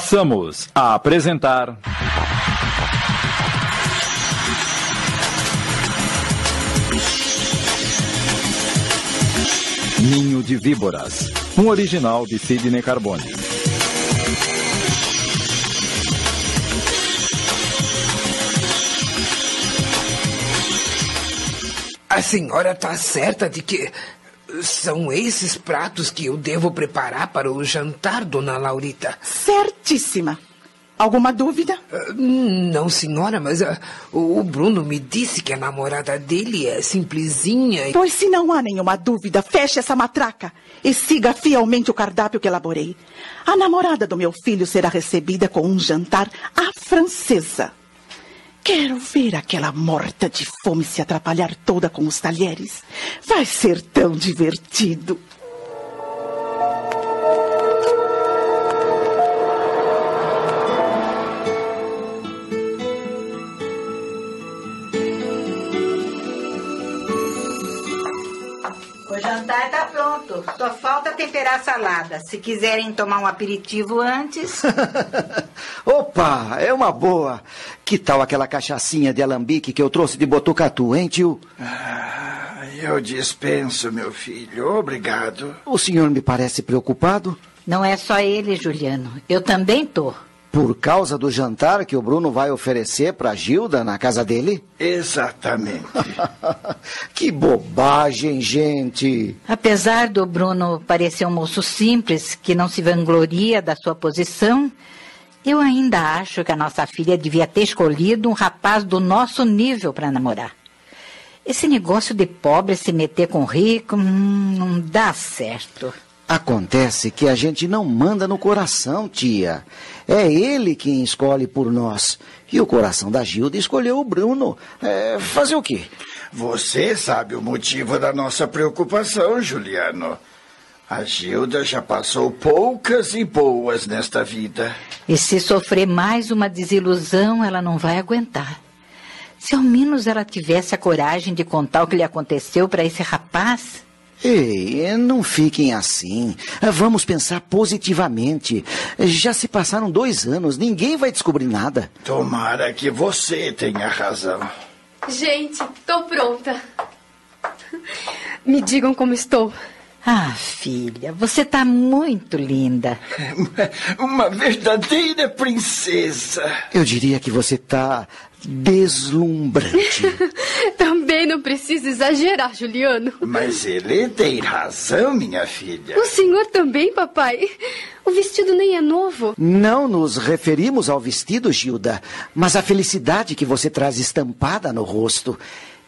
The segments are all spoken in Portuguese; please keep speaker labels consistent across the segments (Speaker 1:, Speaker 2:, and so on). Speaker 1: Passamos a apresentar. Ninho de Víboras, um original de Sidney Carbone.
Speaker 2: A senhora tá certa de que são esses pratos que eu devo preparar para o jantar, dona Laurita?
Speaker 3: Certíssima. Alguma dúvida?
Speaker 2: Ah, Não, senhora, mas ah, o o Bruno me disse que a namorada dele é simplesinha e.
Speaker 3: Pois se não há nenhuma dúvida, feche essa matraca e siga fielmente o cardápio que elaborei. A namorada do meu filho será recebida com um jantar à francesa. Quero ver aquela morta de fome se atrapalhar toda com os talheres. Vai ser tão divertido.
Speaker 4: O jantar tá pronto. Só falta temperar a salada. Se quiserem tomar um aperitivo antes.
Speaker 5: Opa, é uma boa. Que tal aquela cachaçinha de alambique que eu trouxe de Botucatu, hein, tio?
Speaker 6: Eu dispenso, meu filho. Obrigado.
Speaker 5: O senhor me parece preocupado
Speaker 4: Não é só ele, Juliano. Eu também tô.
Speaker 5: por causa do jantar que o Bruno vai oferecer pra Gilda na casa dele?
Speaker 6: Exatamente.
Speaker 5: que bobagem, gente.
Speaker 4: Apesar do Bruno parecer um moço simples, que não se vangloria da sua posição, eu ainda acho que a nossa filha devia ter escolhido um rapaz do nosso nível para namorar. Esse negócio de pobre se meter com rico, hum, não dá certo.
Speaker 5: Acontece que a gente não manda no coração, tia. É ele quem escolhe por nós. E o coração da Gilda escolheu o Bruno. É, fazer o quê?
Speaker 6: Você sabe o motivo da nossa preocupação, Juliano. A Gilda já passou poucas e boas nesta vida.
Speaker 4: E se sofrer mais uma desilusão, ela não vai aguentar. Se ao menos ela tivesse a coragem de contar o que lhe aconteceu para esse rapaz.
Speaker 5: Ei, não fiquem assim. Vamos pensar positivamente. Já se passaram dois anos, ninguém vai descobrir nada.
Speaker 6: Tomara que você tenha razão.
Speaker 7: Gente, tô pronta. Me digam como estou.
Speaker 4: Ah, filha, você tá muito linda.
Speaker 6: Uma verdadeira princesa.
Speaker 5: Eu diria que você tá deslumbrante.
Speaker 7: Também não precisa exagerar, Juliano.
Speaker 6: Mas ele tem razão, minha filha.
Speaker 7: O senhor também, papai. O vestido nem é novo.
Speaker 5: Não nos referimos ao vestido, Gilda, mas à felicidade que você traz estampada no rosto.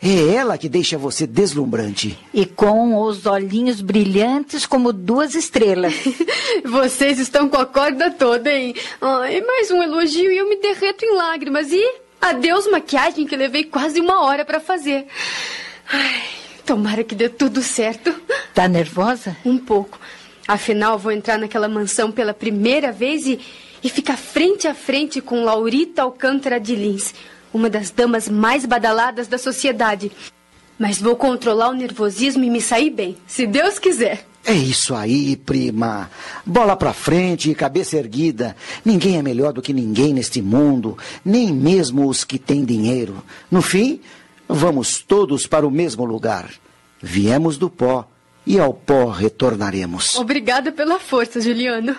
Speaker 5: É ela que deixa você deslumbrante.
Speaker 4: E com os olhinhos brilhantes como duas estrelas.
Speaker 7: Vocês estão com a corda toda, hein? Ai, mais um elogio e eu me derreto em lágrimas. E adeus maquiagem que levei quase uma hora pra fazer. Ai, tomara que dê tudo certo.
Speaker 4: Tá nervosa?
Speaker 7: Um pouco. Afinal, vou entrar naquela mansão pela primeira vez e, e ficar frente a frente com Laurita Alcântara de Lins, uma das damas mais badaladas da sociedade. Mas vou controlar o nervosismo e me sair bem, se Deus quiser.
Speaker 5: É isso aí, prima. Bola pra frente e cabeça erguida. Ninguém é melhor do que ninguém neste mundo, nem mesmo os que têm dinheiro. No fim, vamos todos para o mesmo lugar. Viemos do pó e ao pó retornaremos.
Speaker 7: Obrigada pela força, Juliano.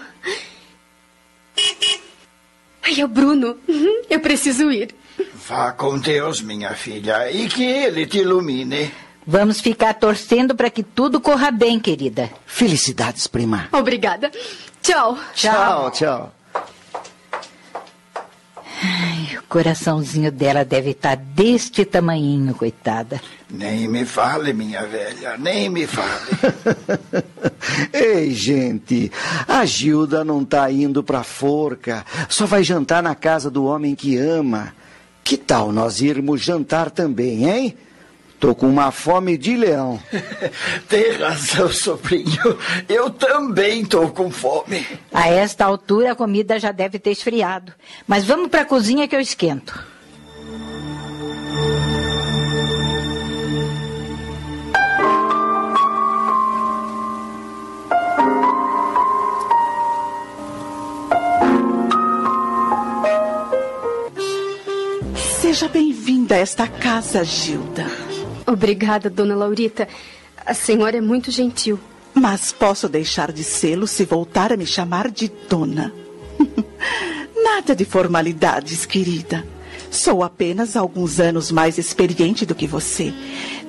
Speaker 7: Ai, é o Bruno. Uhum, Eu preciso ir.
Speaker 6: Vá com Deus, minha filha, e que ele te ilumine.
Speaker 4: Vamos ficar torcendo para que tudo corra bem, querida.
Speaker 5: Felicidades, prima.
Speaker 7: Obrigada. Tchau.
Speaker 5: Tchau, tchau.
Speaker 4: O coraçãozinho dela deve estar deste tamanhinho, coitada.
Speaker 6: Nem me fale, minha velha, nem me fale.
Speaker 5: Ei, gente, a Gilda não tá indo pra forca, só vai jantar na casa do homem que ama. Que tal nós irmos jantar também, hein? Tô com uma fome de leão.
Speaker 6: Tem razão, sobrinho. Eu também tô com fome.
Speaker 4: A esta altura a comida já deve ter esfriado. Mas vamos para a cozinha que eu esquento.
Speaker 3: Seja bem-vinda a esta casa, Gilda.
Speaker 7: Obrigada, dona Laurita. A senhora é muito gentil.
Speaker 3: Mas posso deixar de sê-lo se voltar a me chamar de dona. Nada de formalidades, querida. Sou apenas alguns anos mais experiente do que você.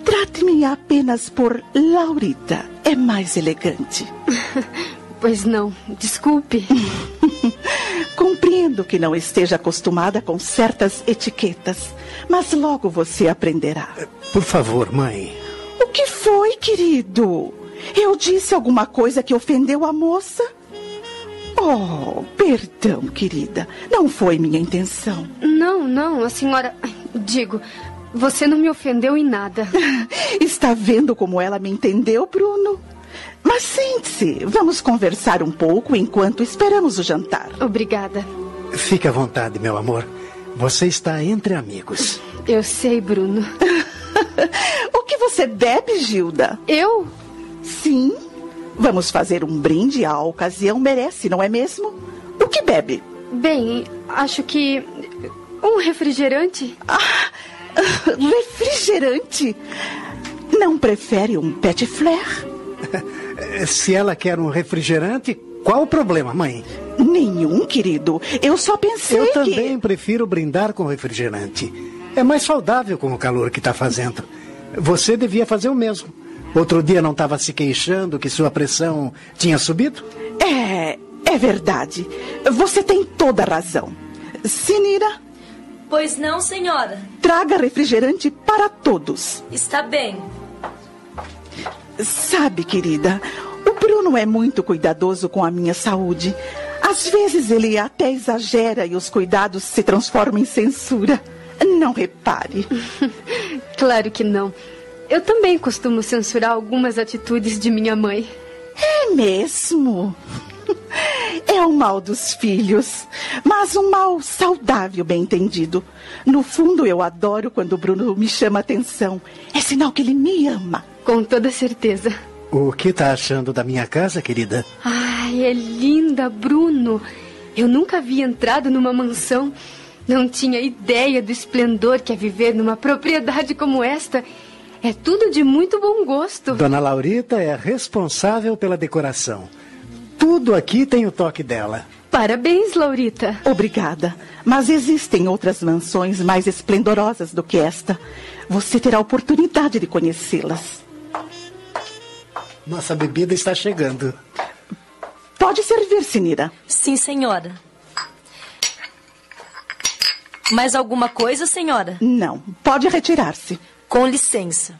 Speaker 3: Trate-me apenas por Laurita. É mais elegante.
Speaker 7: Pois não, desculpe.
Speaker 3: Compreendo que não esteja acostumada com certas etiquetas, mas logo você aprenderá.
Speaker 8: Por favor, mãe.
Speaker 3: O que foi, querido? Eu disse alguma coisa que ofendeu a moça? Oh, perdão, querida. Não foi minha intenção.
Speaker 7: Não, não, a senhora. Digo, você não me ofendeu em nada.
Speaker 3: Está vendo como ela me entendeu, Bruno? Mas sente-se, vamos conversar um pouco enquanto esperamos o jantar.
Speaker 7: Obrigada.
Speaker 8: Fique à vontade, meu amor. Você está entre amigos.
Speaker 7: Eu sei, Bruno.
Speaker 3: o que você bebe, Gilda?
Speaker 7: Eu?
Speaker 3: Sim. Vamos fazer um brinde à ocasião merece, não é mesmo? O que bebe?
Speaker 7: Bem, acho que. Um refrigerante?
Speaker 3: Ah, refrigerante? Não prefere um pet flare?
Speaker 8: Se ela quer um refrigerante, qual o problema, mãe?
Speaker 3: Nenhum, querido. Eu só pensei
Speaker 8: Eu
Speaker 3: que...
Speaker 8: também prefiro brindar com refrigerante. É mais saudável com o calor que está fazendo. Você devia fazer o mesmo. Outro dia não estava se queixando que sua pressão tinha subido?
Speaker 3: É, é verdade. Você tem toda a razão. Sinira,
Speaker 9: Pois não, senhora.
Speaker 3: traga refrigerante para todos.
Speaker 9: Está bem.
Speaker 3: Sabe, querida, o Bruno é muito cuidadoso com a minha saúde. Às vezes ele até exagera e os cuidados se transformam em censura. Não repare.
Speaker 7: Claro que não. Eu também costumo censurar algumas atitudes de minha mãe.
Speaker 3: É mesmo. É o mal dos filhos, mas um mal saudável, bem entendido. No fundo, eu adoro quando o Bruno me chama a atenção. É sinal que ele me ama.
Speaker 7: Com toda certeza.
Speaker 8: O que está achando da minha casa, querida?
Speaker 7: Ai, é linda, Bruno. Eu nunca havia entrado numa mansão. Não tinha ideia do esplendor que é viver numa propriedade como esta. É tudo de muito bom gosto.
Speaker 8: Dona Laurita é responsável pela decoração. Tudo aqui tem o toque dela.
Speaker 7: Parabéns, Laurita.
Speaker 3: Obrigada, mas existem outras mansões mais esplendorosas do que esta. Você terá a oportunidade de conhecê-las.
Speaker 8: Nossa bebida está chegando.
Speaker 3: Pode servir, Sinira.
Speaker 9: Sim, senhora. Mais alguma coisa, senhora?
Speaker 3: Não, pode retirar-se.
Speaker 9: Com licença.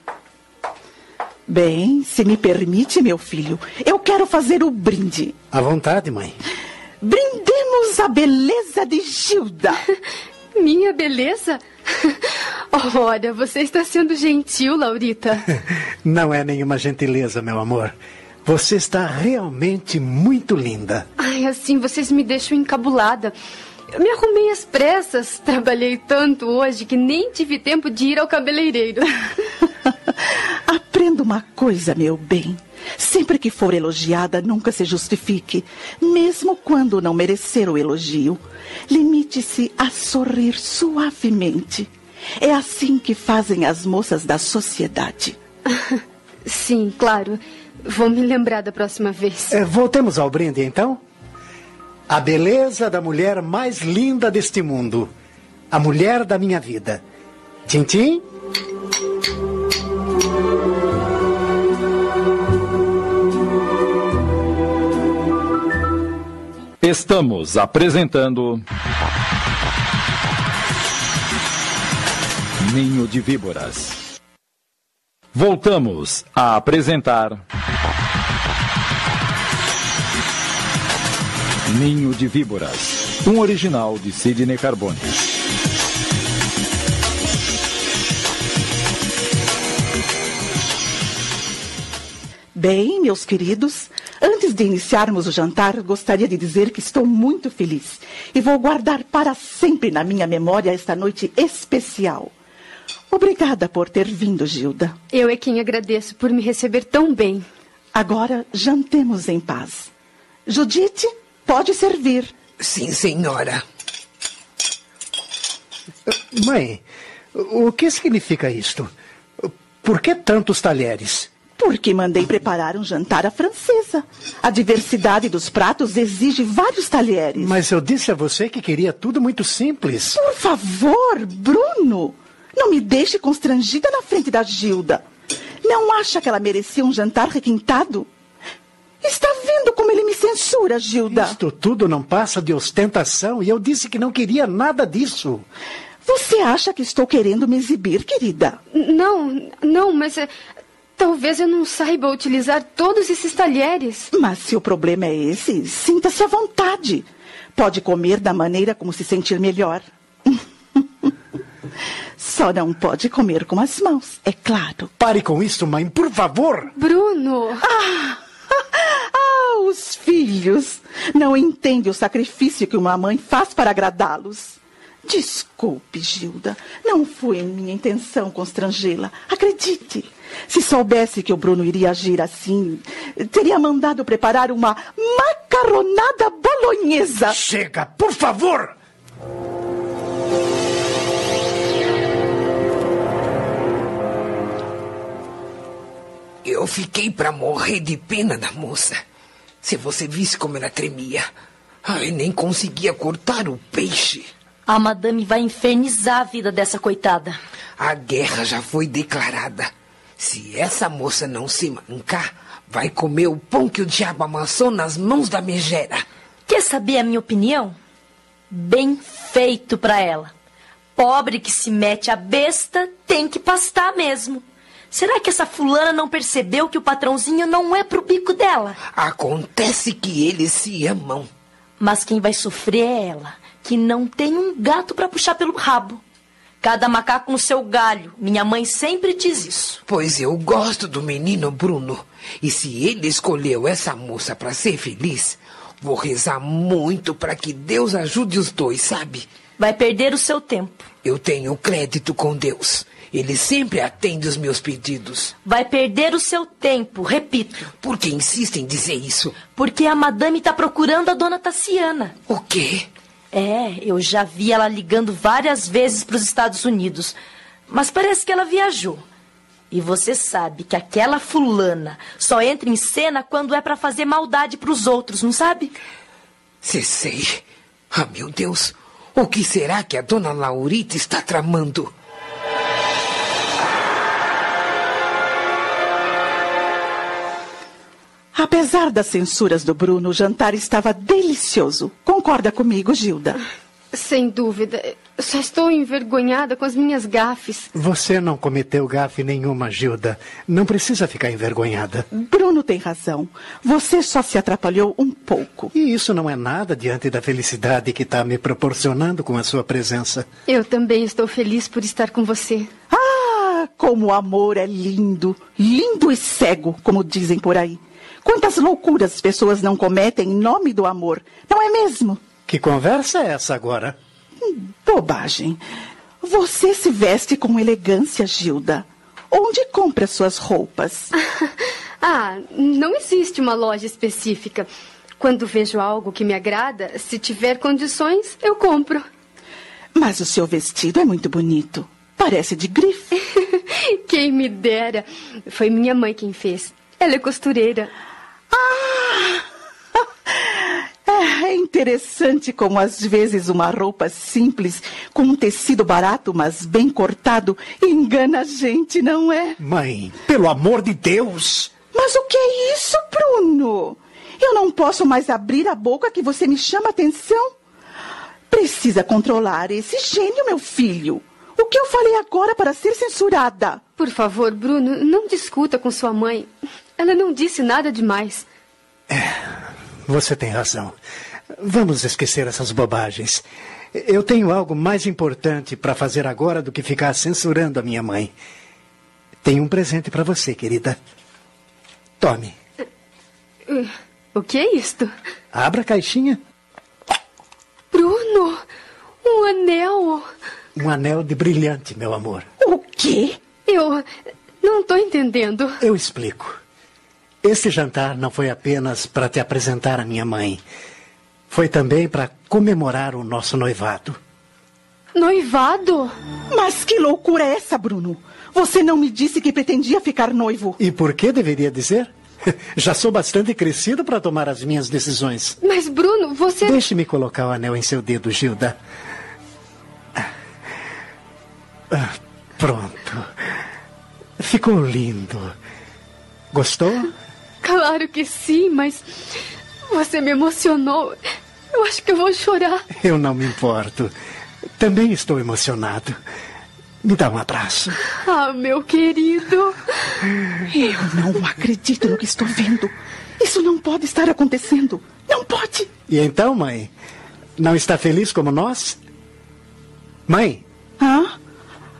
Speaker 3: Bem, se me permite, meu filho, eu quero fazer o brinde.
Speaker 8: À vontade, mãe.
Speaker 3: Brindemos a beleza de Gilda.
Speaker 7: Minha beleza? Oh, Olha, você está sendo gentil, Laurita.
Speaker 8: Não é nenhuma gentileza, meu amor. Você está realmente muito linda.
Speaker 7: Ai, assim vocês me deixam encabulada. Eu me arrumei às pressas, trabalhei tanto hoje que nem tive tempo de ir ao cabeleireiro.
Speaker 3: Aprenda uma coisa, meu bem. Sempre que for elogiada, nunca se justifique, mesmo quando não merecer o elogio. Limite-se a sorrir suavemente. É assim que fazem as moças da sociedade.
Speaker 7: Sim, claro. Vou me lembrar da próxima vez.
Speaker 8: É, voltemos ao brinde, então? A beleza da mulher mais linda deste mundo. A mulher da minha vida. Tintim?
Speaker 1: Estamos apresentando. Ninho de Víboras. Voltamos a apresentar. Ninho de Víboras. Um original de Sidney Carbone.
Speaker 3: Bem, meus queridos, antes de iniciarmos o jantar, gostaria de dizer que estou muito feliz e vou guardar para sempre na minha memória esta noite especial. Obrigada por ter vindo, Gilda.
Speaker 7: Eu é quem agradeço por me receber tão bem.
Speaker 3: Agora jantemos em paz. Judite, pode servir.
Speaker 2: Sim, senhora.
Speaker 8: Mãe, o que significa isto? Por que tantos talheres?
Speaker 3: Porque mandei preparar um jantar à francesa. A diversidade dos pratos exige vários talheres.
Speaker 8: Mas eu disse a você que queria tudo muito simples.
Speaker 3: Por favor, Bruno, não me deixe constrangida na frente da Gilda. Não acha que ela merecia um jantar requintado? Está vendo como ele me censura, Gilda?
Speaker 8: Isto tudo não passa de ostentação e eu disse que não queria nada disso.
Speaker 3: Você acha que estou querendo me exibir, querida?
Speaker 7: Não, não, mas eh, talvez eu não saiba utilizar todos esses talheres.
Speaker 3: Mas se o problema é esse, sinta-se à vontade. Pode comer da maneira como se sentir melhor. Só não pode comer com as mãos, é claro.
Speaker 8: Pare com isso, mãe, por favor.
Speaker 7: Bruno,
Speaker 3: Ah, os filhos! Não entende o sacrifício que uma mãe faz para agradá-los. Desculpe, Gilda. Não foi minha intenção constrangê-la. Acredite. Se soubesse que o Bruno iria agir assim, teria mandado preparar uma macarronada bolonhesa.
Speaker 8: Chega, por favor.
Speaker 2: Eu fiquei pra morrer de pena da moça. Se você visse como ela tremia. Ai, nem conseguia cortar o peixe.
Speaker 9: A madame vai infernizar a vida dessa coitada.
Speaker 2: A guerra já foi declarada. Se essa moça não se mancar, vai comer o pão que o diabo amassou nas mãos da megera.
Speaker 9: Quer saber a minha opinião? Bem feito pra ela. Pobre que se mete a besta tem que pastar mesmo. Será que essa fulana não percebeu que o patrãozinho não é pro bico dela?
Speaker 2: Acontece que eles se amam.
Speaker 9: Mas quem vai sofrer é ela, que não tem um gato pra puxar pelo rabo. Cada macaco no seu galho. Minha mãe sempre diz isso.
Speaker 2: Pois eu gosto do menino Bruno. E se ele escolheu essa moça pra ser feliz, vou rezar muito pra que Deus ajude os dois, sabe?
Speaker 9: Vai perder o seu tempo.
Speaker 2: Eu tenho crédito com Deus. Ele sempre atende os meus pedidos.
Speaker 9: Vai perder o seu tempo, repito.
Speaker 2: Por que insiste em dizer isso?
Speaker 9: Porque a madame tá procurando a dona Tassiana.
Speaker 2: O quê?
Speaker 9: É, eu já vi ela ligando várias vezes para os Estados Unidos. Mas parece que ela viajou. E você sabe que aquela fulana só entra em cena quando é para fazer maldade para os outros, não sabe?
Speaker 2: Cessei. Ah, meu Deus. O que será que a dona Laurita está tramando?
Speaker 3: Apesar das censuras do Bruno, o jantar estava delicioso. Concorda comigo, Gilda?
Speaker 7: sem dúvida, só estou envergonhada com as minhas gafes.
Speaker 8: Você não cometeu gafe nenhuma, Gilda. Não precisa ficar envergonhada.
Speaker 3: Bruno tem razão. Você só se atrapalhou um pouco.
Speaker 8: E isso não é nada diante da felicidade que está me proporcionando com a sua presença.
Speaker 7: Eu também estou feliz por estar com você.
Speaker 3: Ah, como o amor é lindo, lindo e cego, como dizem por aí. Quantas loucuras as pessoas não cometem em nome do amor, não é mesmo?
Speaker 8: Que conversa é essa agora?
Speaker 3: Bobagem. Você se veste com elegância, Gilda. Onde compra suas roupas?
Speaker 7: Ah, não existe uma loja específica. Quando vejo algo que me agrada, se tiver condições, eu compro.
Speaker 3: Mas o seu vestido é muito bonito. Parece de grife.
Speaker 7: Quem me dera. Foi minha mãe quem fez. Ela é costureira.
Speaker 3: É interessante como às vezes uma roupa simples, com um tecido barato, mas bem cortado, engana a gente, não é?
Speaker 8: Mãe, pelo amor de Deus!
Speaker 3: Mas o que é isso, Bruno? Eu não posso mais abrir a boca que você me chama a atenção. Precisa controlar esse gênio, meu filho. O que eu falei agora para ser censurada?
Speaker 7: Por favor, Bruno, não discuta com sua mãe. Ela não disse nada demais.
Speaker 8: Você tem razão. Vamos esquecer essas bobagens. Eu tenho algo mais importante para fazer agora do que ficar censurando a minha mãe. Tenho um presente para você, querida. Tome.
Speaker 7: O que é isto?
Speaker 8: Abra a caixinha.
Speaker 7: Bruno, um anel.
Speaker 8: Um anel de brilhante, meu amor.
Speaker 3: O quê?
Speaker 7: Eu não estou entendendo.
Speaker 8: Eu explico. Esse jantar não foi apenas para te apresentar a minha mãe. Foi também para comemorar o nosso noivado.
Speaker 7: Noivado?
Speaker 3: Mas que loucura é essa, Bruno? Você não me disse que pretendia ficar noivo.
Speaker 8: E por que deveria dizer? Já sou bastante crescido para tomar as minhas decisões.
Speaker 7: Mas, Bruno, você.
Speaker 8: Deixe-me colocar o anel em seu dedo, Gilda. Ah, pronto. Ficou lindo. Gostou?
Speaker 7: Claro que sim, mas. Você me emocionou. Eu acho que eu vou chorar.
Speaker 8: Eu não me importo. Também estou emocionado. Me dá um abraço.
Speaker 7: Ah, meu querido.
Speaker 3: Eu não acredito no que estou vendo. Isso não pode estar acontecendo. Não pode.
Speaker 8: E então, mãe? Não está feliz como nós? Mãe,
Speaker 3: Hã?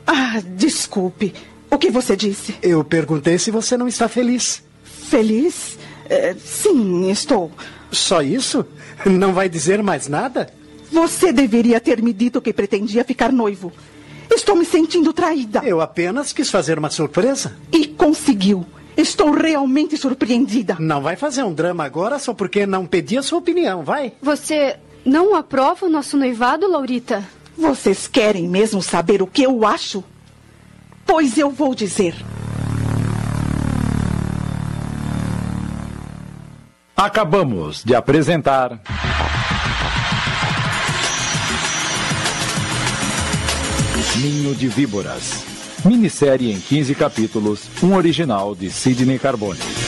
Speaker 3: Ah, desculpe. O que você disse?
Speaker 8: eu perguntei se você não está feliz.
Speaker 3: Feliz? Eh, sim, estou.
Speaker 8: Só isso? Não vai dizer mais nada?
Speaker 3: Você deveria ter me dito que pretendia ficar noivo. Estou me sentindo traída.
Speaker 8: Eu apenas quis fazer uma surpresa.
Speaker 3: E conseguiu. Estou realmente surpreendida.
Speaker 8: Não vai fazer um drama agora só porque não pedi a sua opinião, vai?
Speaker 7: Você não aprova o nosso noivado, Laurita?
Speaker 3: Vocês querem mesmo saber o que eu acho? Pois eu vou dizer.
Speaker 1: Acabamos de apresentar. Ninho de Víboras. Minissérie em 15 capítulos, um original de Sidney Carbone.